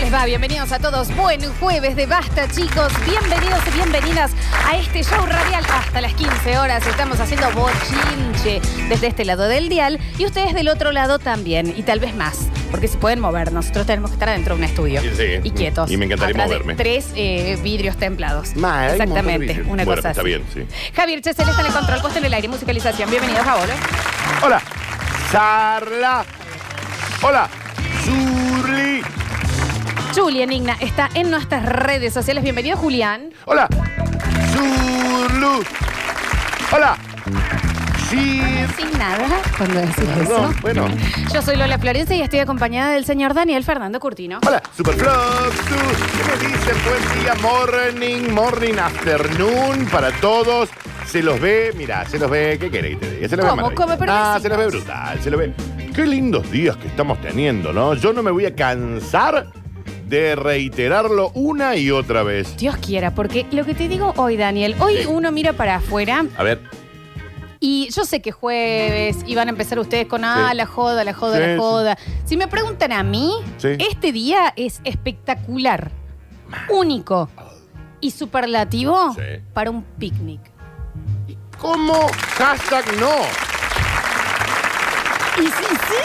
les va? Bienvenidos a todos. Buen jueves de Basta, chicos. Bienvenidos y bienvenidas a este show radial hasta las 15 horas. Estamos haciendo bochinche desde este lado del dial y ustedes del otro lado también y tal vez más, porque se pueden mover. Nosotros tenemos que estar adentro de un estudio Sí, sí. y quietos. Y me encantaría Atrás de moverme. Tres eh, vidrios templados. Ma, hay un montón de Exactamente, vidrios. una Bueno, cosa Está así. bien, sí. Javier Chesel está en el control, puesto en el aire, musicalización. Bienvenido, Paolo. Hola. Sarla. Hola. Zurli. Julián Igna está en nuestras redes sociales. Bienvenido, Julián. Hola. Zurlu. Hola. Sir. Sin nada cuando decís eso. Perdón, bueno. Yo soy Lola Florencia y estoy acompañada del señor Daniel Fernando Curtino. Hola, Superflux. ¿Qué me dicen? Buen día, morning, morning, afternoon para todos. Se los ve, mirá, se los ve, ¿qué queréis que te diga? Se los ¿Cómo? ve maravilloso. ¿Cómo? Pero Ah, decimos. se los ve brutal, se los ve. Qué lindos días que estamos teniendo, ¿no? Yo no me voy a cansar de reiterarlo una y otra vez. Dios quiera, porque lo que te digo hoy, Daniel, hoy Sí. uno mira para afuera A ver, y yo sé que jueves y van a empezar ustedes con, ah, Sí. la joda, la joda, Sí, la sí. joda. Si me preguntan a mí, Sí. este día es espectacular, único y superlativo Sí. para un picnic. ¿cómo hashtag no? Y sí, sí,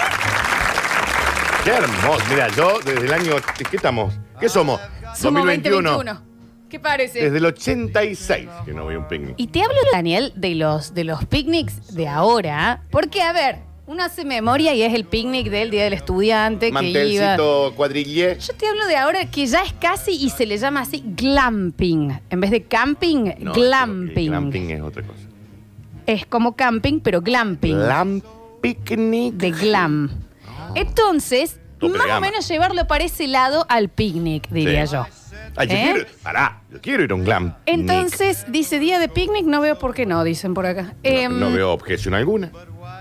Qué hermoso. Mira, yo desde el año, ¿qué estamos? ¿Qué somos? somos 2021. 2021. ¿Qué parece? Desde el 86 que no voy a un picnic. Y te hablo, Daniel, de los, de los picnics de ahora, porque, a ver, uno hace memoria y es el picnic del Día del Estudiante que iba... Mantelcito cuadrillé. Yo te hablo de ahora que ya es casi y se le llama así glamping. En vez de camping, No, glamping. creo que Glamping es otra cosa. Es como camping, pero glamping. Glam Ah. picnic. de glam. Entonces, Tope de más o gama. menos llevarlo para ese lado al picnic, diría Sí. yo. Ay, yo ¿Eh? quiero, pará, yo quiero ir a un glam. Entonces, dice día de picnic, no veo por qué no, dicen por acá. No, Em, no veo objeción alguna.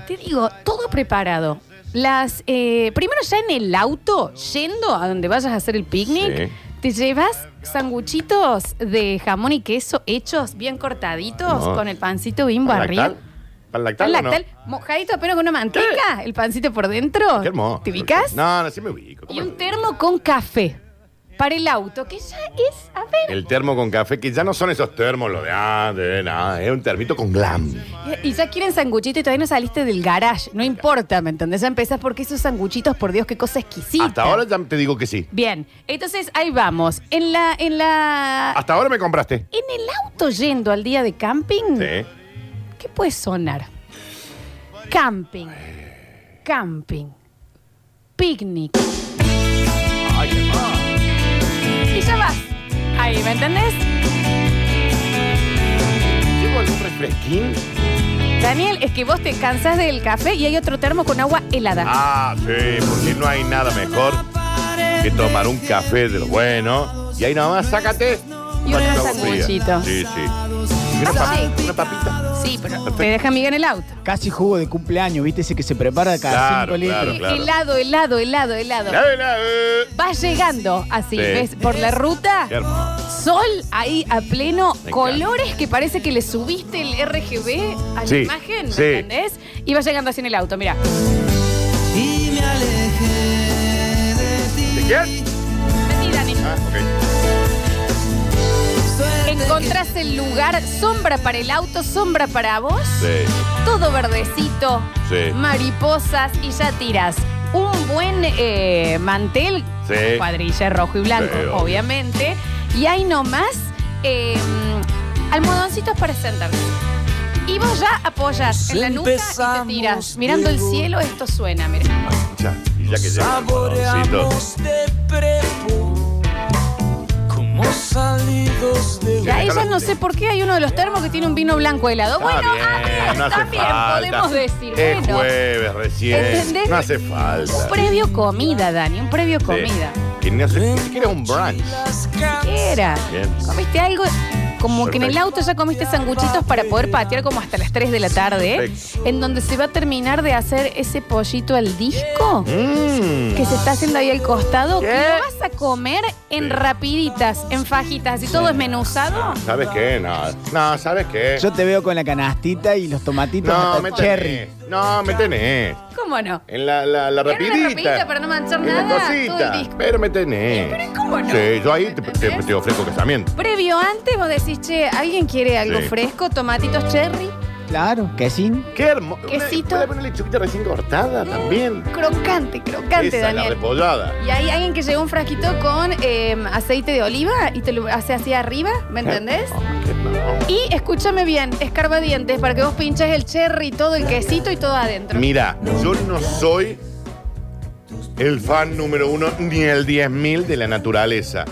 Te digo, todo preparado. Las eh, primero ya en el auto, yendo a donde vayas a hacer el picnic, Sí. te llevas sanguchitos de jamón y queso hechos bien cortaditos No. con el pancito bimbo ¿Para arriba. lactal? ¿Para lactal Tal, o no? tal, mojadito apenas con una manteca, el pancito por dentro. Qué hermoso. ¿Te ubicas? No, no, sí me ubico. ¿cómo Y un no? termo con café para el auto, que ya es, a ver. El termo con café, que ya no son esos termos, lo de antes, nada. Es un termito con glam. Y ya quieren sanguchito y todavía no saliste del garage. No importa, ¿me entendés? Ya empezás porque esos sanguchitos, por Dios, qué cosa exquisita. Hasta ahora ya te digo que sí. Bien, entonces ahí vamos. En la, en la. Hasta ahora me compraste. En el auto yendo al día de camping, Sí. ¿qué puede sonar? Camping. Camping. Picnic. Ay, qué hermoso. Y ya vas. Ahí, ¿me entendés? ¿Llevo algún refresquín? Daniel, es que vos te cansás del café y hay otro termo con agua helada. Ah, sí, porque no hay nada mejor que tomar un café de lo bueno. Y ahí nomás, sácate. Y una unos chapa fría. sanguchitos. Sí, sí. Y una, papi- una papita. Sí, pero te deja amiga en el auto. Casi jugo de cumpleaños, viste ese que se prepara cada Claro, cinco litros. claro, claro. Helado, helado, helado, helado. La, la, eh. Vas llegando así, Sí. ¿ves? Por la ruta. Qué hermoso. Sol ahí a pleno, encanta. colores que parece que le subiste el RGB a la Sí, imagen, ¿me sí. entendés? Y va llegando así en el auto, mira. Y me alejé de ¿De ti. quién? Vení, Dani. Ah, ok. Suerte Encontrás el lugar, sombra para el auto, sombra para vos, Sí, todo verdecito, Sí. mariposas y ya tiras. Un buen eh, mantel, Sí. cuadrilla rojo y blanco, Sí, obvio. obviamente. Y ahí nomás eh, almodoncitos para sentarse. Y vos ya apoyas en la nuca y te tiras. Empezamos Mirando el luego. cielo, esto suena, mira. Ay, ya. Y ya que que llega el algodoncito. saboreamos de prepo como salidos de Ya ahí ella no sé por qué hay uno de los termos que tiene un vino blanco helado. Está bueno, bien, a ver, no hace también falta. podemos decir, Es bueno. jueves recién. ¿Entendés? No hace Un falta. previo comida, Dani, un previo Sí. comida. Y no sé, ni siquiera es un brunch. ¿eh? las Era. Bien. Comiste algo, como que en el Perfecto. auto ya comiste sanguchitos para poder patear como hasta las 3 de la tarde, Perfecto. en donde se va a terminar de hacer ese pollito al disco. Mmm. que se está haciendo ahí al costado, que ¿Qué? lo vas a comer en Sí. rapiditas, en fajitas, y todo es menuzado. ¿Sabes qué? No, no, ¿sabes qué? Yo te veo con la canastita y los tomatitos no, hasta me cherry. tenés. No, me tenés. ¿Cómo no? En la, la, la una rapidita. rapidita para no manchar En la nada, cosita. todo el disco. Pero me tenés. Pero, ¿cómo no? Sí, yo ahí te, te- ¿Entendés? te ofrezco casamiento. Previo antes vos decís, che, ¿alguien quiere algo Sí. fresco? Tomatitos cherry, Claro, que sin. Qué hermoso. Quesito. Puede haber una lechuguita recién cortada también. crocante, crocante, Esa es la Daniel. repollada. Y hay alguien que llegó un frasquito con eh, aceite de oliva y te lo hace así arriba, ¿me entendés? Oh, Qué hermoso. Y escúchame bien, escarba dientes para que vos pinches el cherry, todo el quesito y todo adentro. Mira, yo no soy el fan número uno ni el 10.000 de la naturaleza.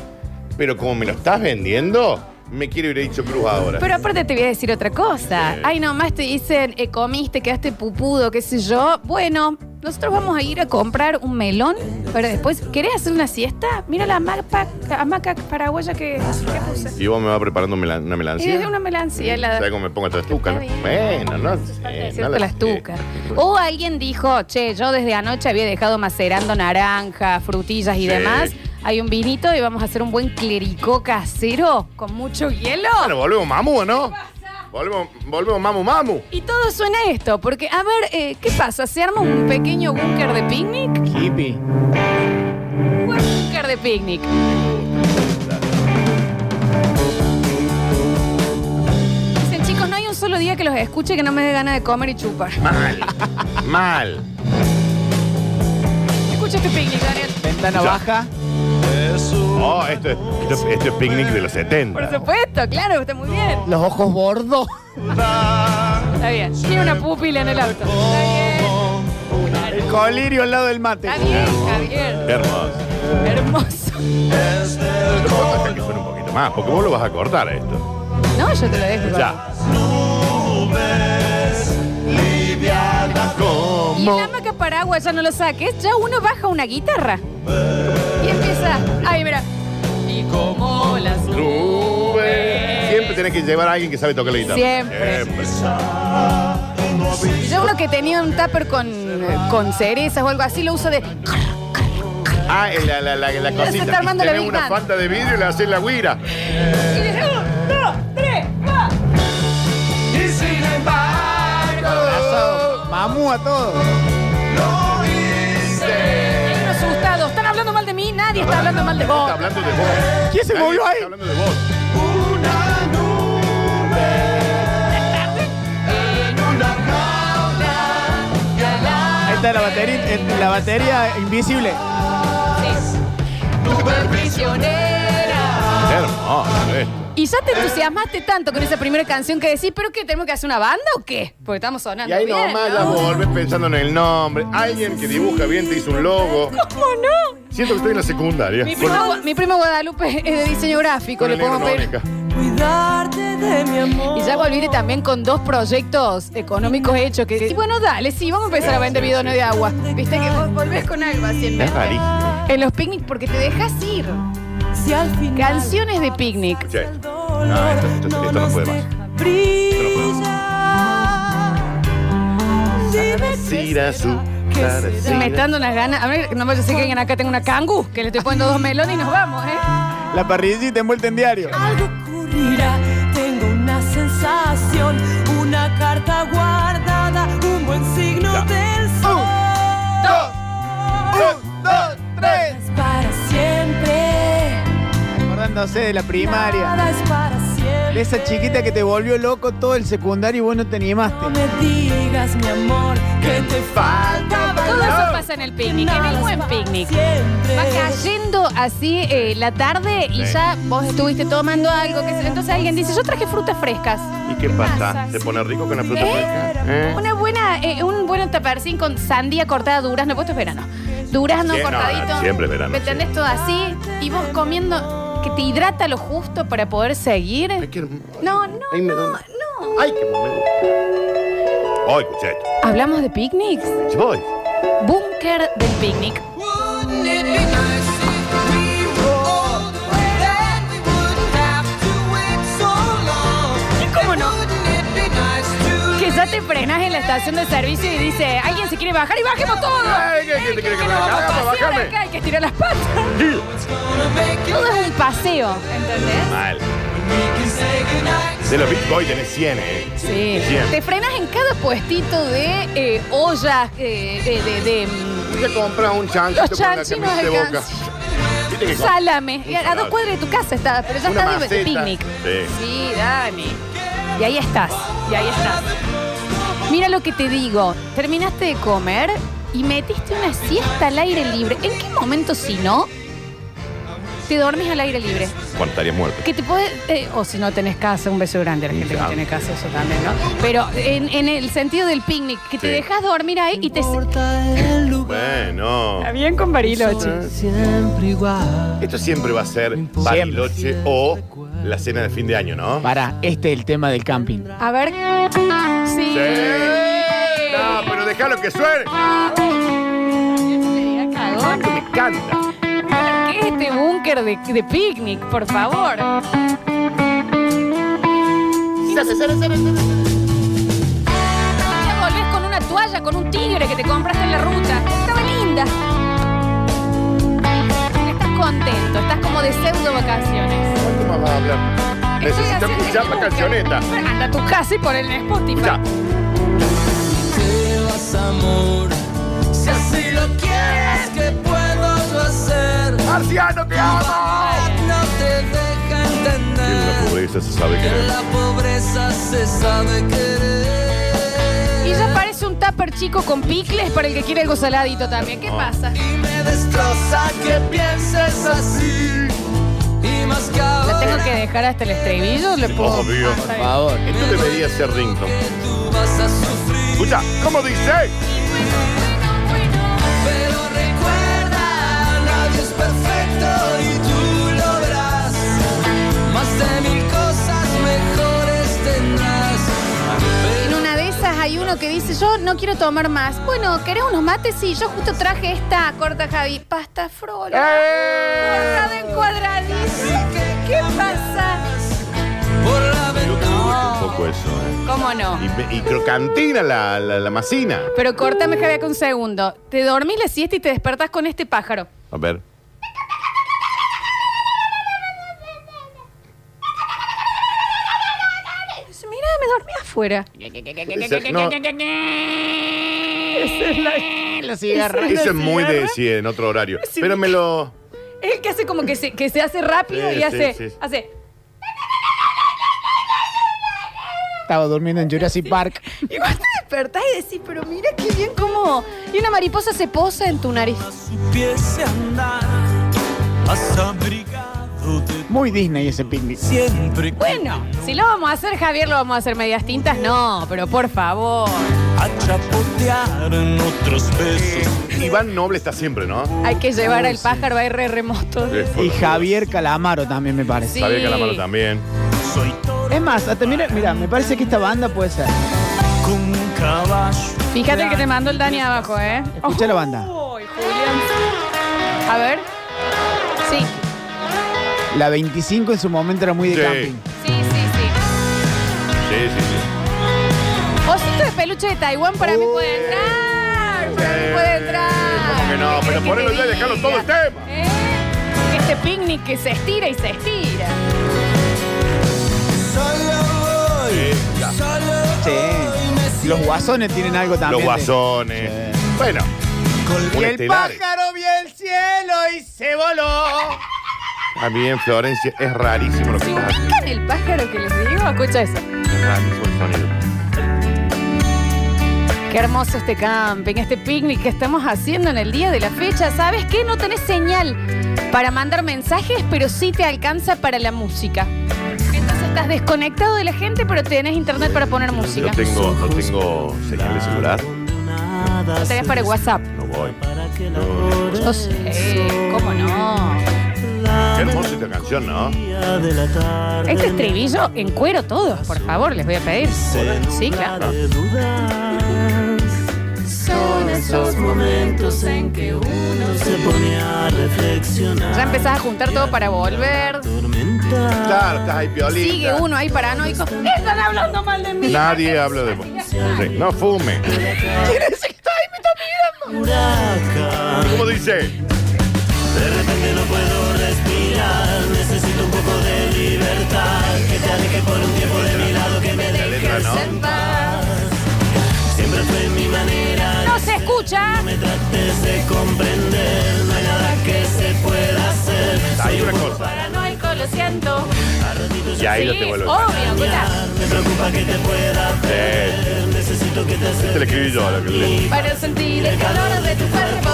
Pero como me lo estás vendiendo, me quiero ir a dicho cruz ahora. Pero aparte te voy a decir otra cosa. Sí. Ay, nomás te dicen, eh, comiste, quedaste pupudo, qué sé yo. Bueno, nosotros vamos a ir a comprar un melón, pero después, ¿querés hacer una siesta? Mira la hamaca, hamaca paraguaya que, que puse. y vos me vas preparando mela- una melancia. Es una melancia. La, ¿Sabes cómo me pongo hasta las tucas? no? Está bien. Bueno, no sé. Falta decirte Eh, no lo las sé. Oh. tucas. O alguien dijo, che, yo desde anoche había dejado macerando naranja, frutillas y Sí. demás. Hay un vinito y vamos a hacer un buen clericó casero con mucho hielo. Bueno, volvemos mamu, ¿no? Volvemos, volvemos mamu, mamu. Y todo suena a esto, porque, a ver, eh, ¿qué pasa? ¿Se arma un pequeño búnker de picnic? Hippie. Búnker de picnic. Dicen, chicos, no hay un solo día que los escuche que no me dé ganas de comer y chupar. Mal. Mal. Escucha este picnic, Daniel. Ventana Ya. baja. Oh, esto es, esto, esto es picnic de los 70. Por supuesto, claro, está muy bien. Los ojos bordos. Está bien. Tiene una pupila en el auto. Está bien. El colirio al lado del mate. Está bien, Javier. Hermoso. Hermoso. Pero podemos hacer que suene un poquito más, porque vos lo vas a cortar a esto. No, yo te lo dejo. Ya. Y la hamaca paraguas ya no lo saques, ya uno baja una guitarra. Y empieza. Ay, mira. Y como las Nubes. Siempre tenés que llevar a alguien que sabe tocar la guitarra. Siempre. Yo uno que tenía un tupper con, eh, con cerezas o algo así lo uso de. Ah, en la, la, la, la se cosita. está armando la Tenés Big una Bang. falta de vidrio y le haces la guira. Y dice, uno, dos, tres, cuatro. Mamú a todos. Y uno asustado. Están hablando mal de mí, nadie está hablando mal de vos. Está hablando de vos. ¿Quién se Nadie movió ahí? Está hablando de vos. Ahí está la batería, eh, la batería invisible. Prisionera. Hermoso eh. esto. Y ya te entusiasmaste tanto con esa primera canción que decís, ¿pero qué? ¿Tenemos que hacer una banda o qué? Porque estamos sonando. Y ahí bien, nomás ya ¿no? volvés pensando en el nombre. Alguien que dibuja bien te hizo un logo. ¿Cómo no? Siento que estoy en la secundaria. Mi primo, mi primo Guadalupe es de diseño gráfico, con le el negro podemos pedir. Mónica. Cuidarte de mi amor. Y ya volviste también con dos proyectos económicos hechos que. Y bueno, dale, sí, vamos a empezar a vender bidones de agua. Viste que vos volvés con algo así en Es mente. rarísimo. En los picnic porque te dejas ir. Si al final Canciones de picnic. Sí. el dolor esto- esto- esto no nos puede más. deja brillar. Dime qué Sira, su, será, qué Me será. está dando unas ganas. A ver, no vaya a ser que alguien acá tenga una cangú, que le estoy poniendo dos melones y nos vamos, ¿eh? La parrillita envuelta en diario. Algo ocurrirá, tengo una sensación, una carta guardada, un buen signo Ya. del sol. Es para siempre, Acordándose de la primaria. nada es para De siempre. esa chiquita que te volvió loco todo el secundario y vos no te No animaste. me digas, mi amor, que te falta Todo valor. eso pasa en el picnic, en el Nada es buen para picnic. siempre. Va cayendo así eh, la tarde y Sí. ya vos estuviste tomando algo. Que entonces alguien dice, yo traje frutas frescas. ¿Y qué pasa? ¿Se pone rico con la fruta ¿Eh? fresca? ¿Eh? Una buena, eh, un buen taparcín con sandía cortada, durazno, puesto es verano. Durazno Sí, no, cortadito. no, siempre es verano, ¿Me entendés todo así? Y vos comiendo, que te hidrata lo justo para poder seguir. Ay, qué hermoso. No, no, Ay, me da no, una- no. Ay, qué momento. Ay, escuché esto. ¿Hablamos de picnics? Joy. Búnker del picnic. ¿Cómo no? Que ya te frenas en la estación de servicio y dice, alguien se quiere bajar y bajemos todos. Ay, ¿qué- qué te quiere que nos baje? vamos a Vamos, pasear bájame. acá, hay que estirar las patas. Todo es un paseo, ¿entendés? Mal. De los Beach Boys tenés 100, ¿eh? Sí. Bien. Te frenas en cada puestito de eh, ollas, eh, de, de- de, mm, Te compras un chancho, Los te pones chanchinos una camisa de boca. alcanzan. Viste que con- Sálame. Un A dos salame. cuadras de tu casa estás, pero ya Una estás de- de maceta. picnic. Sí. Sí, Dani. Y ahí estás, y ahí estás. Mira lo que te digo. Terminaste de comer y metiste una siesta al aire libre. ¿En qué momento, si no, te dormís al aire libre? Bueno, estaría muerto. Que te puede, eh, o si no tenés casa, un beso grande a la gente que Ya. tiene casa, eso también, ¿no? Pero en, en el sentido del picnic, que te Sí. dejas dormir ahí y te... Está Bueno. bien con Bariloche. Esto siempre va a ser Bariloche o la cena de fin de año, ¿no? Para, este es el tema del camping. A ver. Ah, Sí. Sí. No, pero déjalo que suene. Cagón. Me encanta. ¿Qué es este búnker de, de picnic, por favor? Ya volvés con una toalla, con un tigre que te compraste en la ruta. Estaba linda. Estás contento, estás como de pseudo vacaciones. ¿Cuánto más vas a hablar? Estoy Necesitas haciendo este escuchar la búnker. cancioneta. Anda a tu casa y por el Spotify. Ya. te vas, amor. Si así lo quieres, que puedo yo hacer? ¡Marciano, te amo! No te deja entender pobreza se sabe que en la pobreza se sabe querer. Y ya parece un tupper chico con picles para el que quiere algo saladito también. ¿Qué pasa? Y me destroza que pienses así. Y más que ¿La tengo ahora que dejar hasta el estribillo? ¿Le puedo Obvio. Hasta ahí. favor. Esto debería ser ringtone. que tú vas a sufrir. Escucha, ¿cómo dice? Pero recuerda, nadie es perfecto y tú lo verás. Más de mil cosas mejores tendrás. En una de esas hay uno que dice, yo no quiero tomar más. Bueno, ¿querés unos mates? Sí, yo justo traje esta corta, Javi. Pasta Eh. frola. Eh. Cortada en cuadradísimo. ¿Qué pasa? Por la Yo creo ventana. que un poco eso, ¿eh? ¿Cómo no? Y, me- y crocantina la, la, la masina. Pero cortame, Javi, acá un segundo. Te dormís la siesta y te despertás con este pájaro. A ver. Dice, Mira, me dormí afuera. No, La eso es muy de sí, en otro horario. Sí. Pero me lo. Es el que hace como que se, que se hace rápido Sí, y sí, hace... sí, sí. hace Estaba durmiendo en Jurassic Park. y vos te despertás y decís, pero mira qué bien cómo... Y una mariposa se posa en tu nariz. Empiece a andar, has abrigado de Muy Disney ese picnic. siempre. Bueno, si lo vamos a hacer, Javier, lo vamos a hacer medias tintas. No, pero por favor. A chapotear en otros besos. Iván Noble está siempre, ¿no? Hay que llevar al pájaro a R remoto. Y Javier Calamaro también me parece. Sí. Javier Calamaro también. Soy toro Es más, hasta mira, mira, me parece que esta banda puede ser. con un caballo. Fíjate el que te mandó el Dani abajo, ¿eh? Escucha la banda. Uy, Julián. A ver. Sí, La 25 en su momento era muy de Sí. camping. sí, sí, sí. Sí, sí, sí. Osito de peluche de Taiwán para mí puede entrar. Para mí puede entrar. ¿Cómo que no? ¿Qué Pero querés que ponelo te ya y dejalo diga? todo el tema. ¿Eh? Este picnic que se estira y se estira. Solo hoy, Sí, ya. solo hoy me Sí. Los siento guasones tienen algo también. Los de- guasones. Bueno, colgado. Y Un el estelar. pájaro vio el cielo y se voló. también Florencia, es rarísimo lo que Si estás haciendo. buscan el pájaro que les digo, escucha eso. Es rarísimo el sonido. Qué hermoso este camping, este picnic que estamos haciendo en el día de la fecha. ¿Sabes qué? No tenés señal para mandar mensajes, pero sí te alcanza para la música. Entonces estás desconectado de la gente, pero tenés internet para poner música. No tengo, no tengo señal de celular. No tenés para WhatsApp. No voy. No, no voy. No sé, ¿cómo no? Qué hermosa esta canción, ¿no? Este estribillo en cuero todos, por favor, les voy a pedir. Sí, claro. Son esos momentos en que uno se pone a reflexionar. Ya empezás a juntar todo para volver. Claro, estás ahí piolita. Sigue uno ahí paranoico. Están hablando mal de mí. Nadie habla de vos. Sí, No fume. Huracán, ¿Cómo dice? de repente no puedo respirar, necesito un poco de libertad, que te aleje por un tiempo de mi lado, que me La letra, dejes ¿no? en paz. Siempre fue mi manera, No se escucha. me trates de comprender, no hay nada que se pueda hacer. Hay una cosa. Paranoico, lo siento. Y ahí Sí, yo te vuelvo. a obvio, escucha. Me preocupa que te pueda perder, necesito que te Este le acerques. escribí yo ahora que le- Para sentir el calor de tu cuerpo.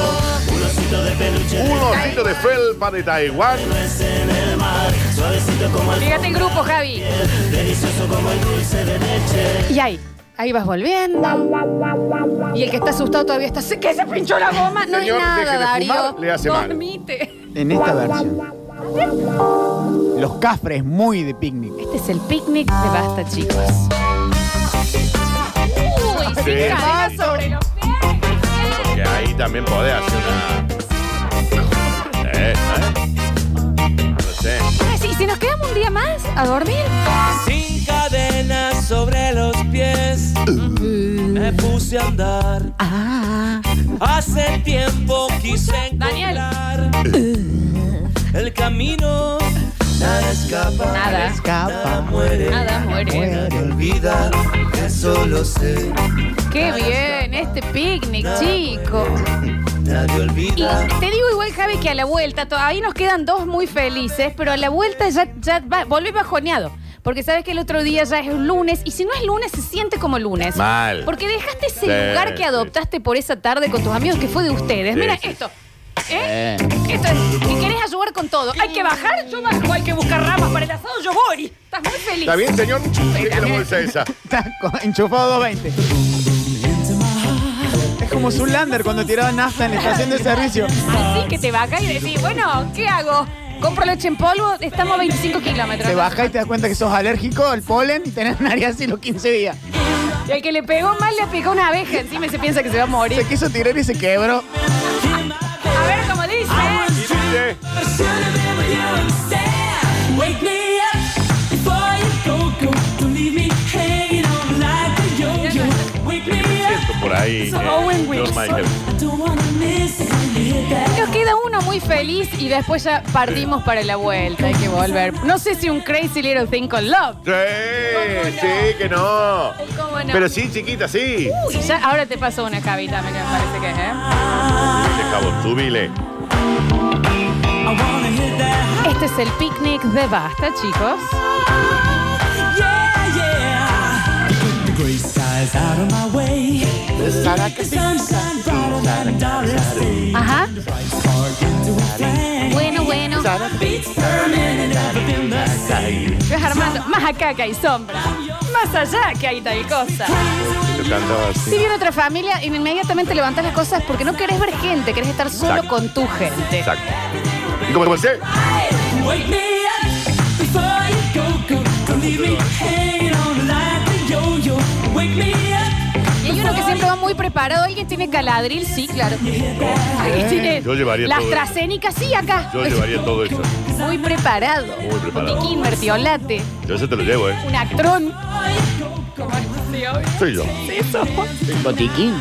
Un osito de peluche Un osito de felpa de Taiwán. es en el mar, suavecito como el Fíjate en grupo, Javi. delicioso como el dulce de leche. Y ahí, ahí vas volviendo. Y el que está asustado todavía está. ¿Qué se pinchó la goma? No Señor, hay nada, deje de Darío. fumar, le hace mal. Dormite. En esta versión. Los cafres muy de picnic. Este es el picnic de basta, chicos. Uy, sin Sí. cadena sobre los pies. Que ahí también podés hacer una. Eh, ¿eh? No sé. Ah, sí, si nos quedamos un día más a dormir. Sin cadenas sobre los pies, me puse a andar. Hace tiempo quise Daniel. encontrar el camino. Nada escapa, Nada, nada Capa. muere, nada muere. nada olvida. Eso lo sé, Qué bien, este picnic, chico. nadie Y olvida. te digo igual, Javi, que a la vuelta, todavía nos quedan dos muy felices, pero a la vuelta ya, ya va- volvés bajoneado. Porque sabes que el otro día ya es lunes, y si no es lunes, se siente como lunes. Mal. Porque dejaste ese Sí, lugar sí. que adoptaste por esa tarde con tus amigos que fue de ustedes. Sí, Mira sí. esto. ¿Eh? Esto es, que querés ayudar con todo. Hay que bajar, yo bajo. Hay que buscar ramas para el asado, yo voy. Estás muy feliz. ¿Está bien, señor? Deje la bien. bolsa esa. Está co- enchufado 220. Es como Zulander cuando tiraba nafta en la estación de servicio. Así que te bajas y decís, bueno, ¿qué hago? Compro leche en polvo, estamos a 25 kilómetros. Te bajas y te das cuenta que sos alérgico al polen y tenés nariz así los 15 días. Y al que le pegó mal le picó una abeja encima y se piensa que se va a morir. Se quiso tirar y se quebró. A ver cómo dice. Y dice, siento por ahí. eh, John Michael. Nos queda uno muy feliz y después ya partimos para la vuelta. Hay que volver. No sé si un Crazy Little Thing con Love. Sí, ¿Cómo no? sí, que no. ¿Cómo no? Pero sí, chiquita, sí. Uy, ya, ahora te paso una cavita, me parece que es, ¿eh? Dale, Cabo, subile. Este es el picnic de Basta, chicos. Ajá. Bueno, bueno. Ves Armando, más acá que hay sombra. Más allá que hay tal cosa. Yo cantaba Si así. viene otra familia, inmediatamente levantás las cosas porque no querés ver gente, querés estar solo Exacto. con tu gente. Exacto. ¿Y cómo comencé? Y hay uno que siempre va muy preparado. ¿Alguien tiene caladril? Sí, claro. ¿Alguien tiene Eh, Yo llevaría las todo eso. trascénicas? Sí, acá. Yo llevaría todo eso. Muy preparado. Muy preparado. Botiquín, mertiolate, Yo eso te lo llevo, ¿eh? un actrón. Soy yo. Botiquín.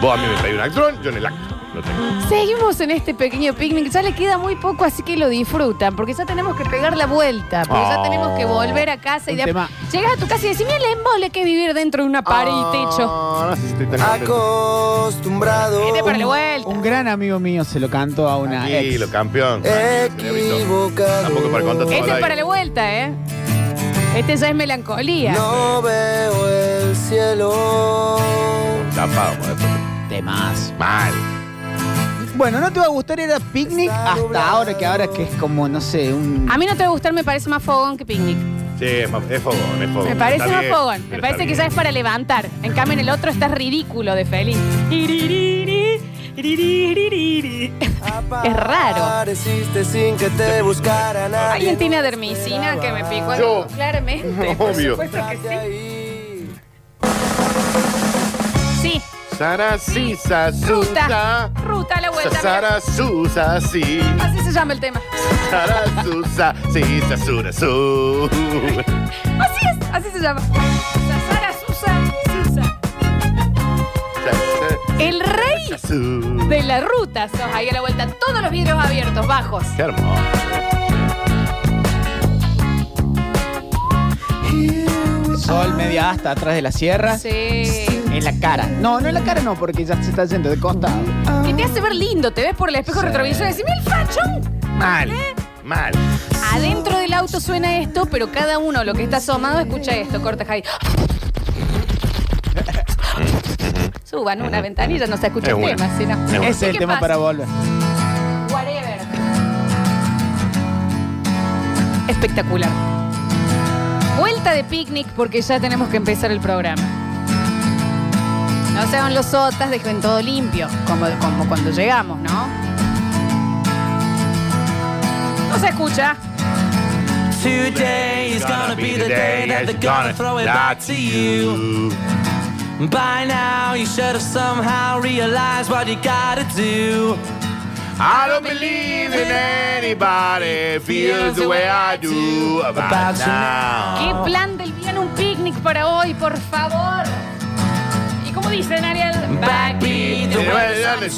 Vos a mí me pedís un actrón, yo en el acto. Lo tengo. Seguimos en este pequeño picnic. Ya le queda muy poco, así que lo disfrutan. Porque ya tenemos que pegar la vuelta. Porque ya Oh. tenemos que volver a casa. y Un de... tema. Llegas a tu casa y decís, mira el embole que es vivir dentro de una pared Ah, y Ah, techo. No, no sé si estoy tan contento. Acostumbrado. Vete para la vuelta. Un gran amigo mío se lo cantó a una ex. Tranquilo, campeón. Señorito. Equivocado. Tampoco para contar todo Este es al para la aire. vuelta, ¿eh? Este ya es melancolía. No veo el cielo. Tapado, maestro. Temas. Mal. Bueno, no te va a gustar era picnic hasta ahora, que ahora que es como, no sé, un. A mí no te va a gustar, me parece más fogón que picnic. Sí, es ma- es fogón, es fogón. Me parece Está más bien, fogón. Me pero parece está que ya bien. es para levantar. En cambio, en el otro estás ridículo de feliz. Iririri, iririri. Es raro. Apareciste sin que te buscara nadie. ¿Alguien tiene adermicina que me picó? Yo. Claramente. por Obvio. supuesto que Ahí. sí. Sí. Sara, sí, sa, Ruta. susa. Ruta a la Sa, vuelta. mira. Sara, susa, sí. Así se llama el tema. Sara, susa, sí, sa, sura, su. Así es. Así se llama. Sara, Susa, Susa. Sa, sa, El rey sa, su. de la ruta sos ahí a la vuelta. Todos los vidrios abiertos, bajos. Qué hermoso. Sol media hasta atrás de la sierra. Sí. En la cara. No, no en la cara no, porque ya se está yendo de costado. Que te hace ver lindo, te ves por el espejo Sí. retrovisor y decís, mira el fachón. Mal, mal. Adentro del auto suena esto, pero cada uno lo que está asomado escucha esto. Corta, Javi. Suban una ventanilla, no se escucha Es el bueno. tema, si no. Es bueno. Ese es el ¿Qué tema pasa? para volver. Whatever. Espectacular. Vuelta de picnic porque ya tenemos que empezar el programa. No sean los sotas, dejen todo limpio, como, como cuando llegamos, ¿no? No se escucha. Today is gonna be the day that they're gonna throw it back to you. By now, you should have somehow realized what you gotta do. I don't believe in anybody feels the way I do about ¿Qué now. plan del bien un picnic para hoy, por favor? ¿Y cómo dicen, Ariel? Backbeat, the way that it's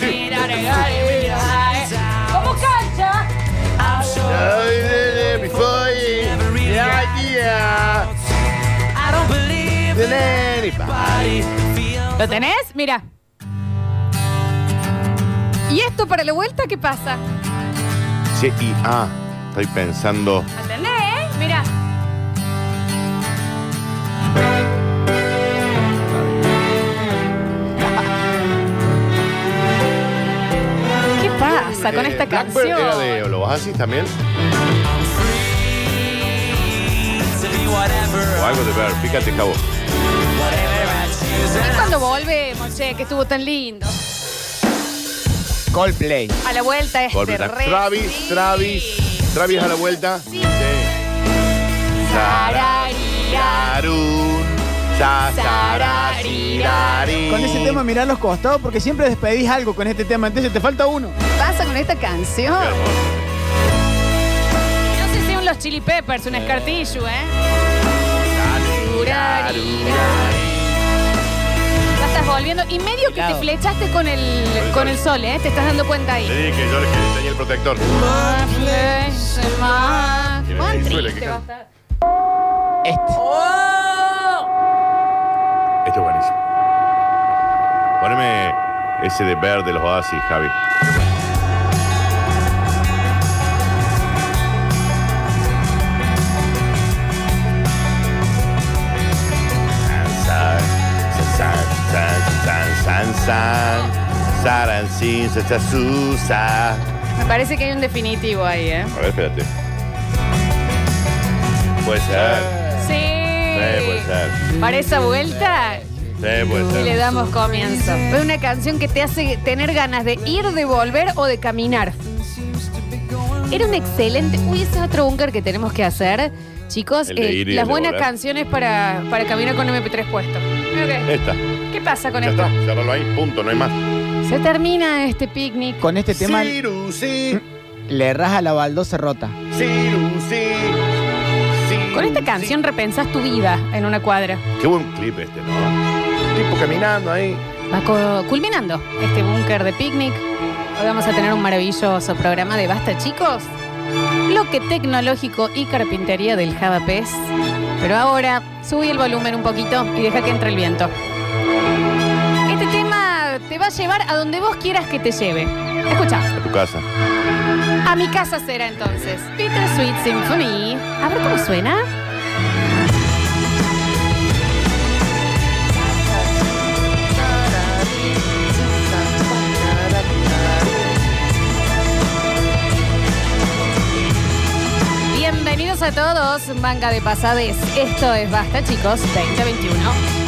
¿Cómo cancha? Before you, the idea I don't believe in anybody. anybody feels ¿Lo tenés? Mira. ¿Y esto para la vuelta qué pasa? Che, y ah, estoy pensando. ¿Entendés? eh? Mira. ¿Qué pasa con Eh, esta Blackbird canción? ¿Era de los Oasis también? to be whatever, O algo de Bird, fíjate, Jabo. Este whatever I choose. ¿Y cuando volvemos, che? Que estuvo tan lindo. Coldplay. A la vuelta este Golpe, re- Travis, sí. Travis, Travis a la vuelta. Sí. Sararía. Sararun, sa, sara, sirari. Con ese tema mirá los costados porque siempre despedís algo con este tema, entonces te falta uno. ¿Qué pasa con esta canción? Qué hermoso. No sé si son los Chili Peppers, un escartillo, ¿eh? Ya estás volviendo y medio que te Cuidado. flechaste con el, con el sol, ¿eh? Te estás dando cuenta Le ahí. dije que yo le que le tenía el protector. ¿Cuán Venezuela, triste que va a canta. estar? Este. Esto es buenísimo. Poneme ese de Bird de los Oasis, Javi. San, san, san, san, san, san, saran, sin, sa, sa, su, sa. Me parece que hay un definitivo ahí, ¿eh? A ver, espérate. Puede ser. Sí, puede Sí. ser. Para esa vuelta Sí, puede le ser. damos comienzo. Es una canción que te hace tener ganas de ir, de volver o de caminar. Era un excelente. Uy, ese es otro búnker que tenemos que hacer. Chicos, El de eh, ir y el las de buenas volver. canciones para, para caminar con MP3 puesto. Ok. Esta. ¿Qué pasa con Ya esto? está, cerralo ahí, punto, no hay más. Se termina este picnic. Con este tema Ciru, sí, le erras a la baldosa rota. Ciru, sí, Ciru, Con esta sí. canción repensás tu vida en una cuadra. Qué buen clip este, ¿no? Tipo caminando ahí. Va co- culminando este búnker de picnic. Hoy vamos a tener un maravilloso programa de Basta, chicos. Bloque tecnológico y carpintería del Javapés. Pero ahora subí el volumen un poquito y deja que entre el viento. Este tema te va a llevar a donde vos quieras que te lleve. Escucha, A tu casa. a mi casa será entonces. Peter Sweet Symphony. A ver cómo suena. Bienvenidos a todos, manga de pasades. Esto es Basta, chicos, 2021.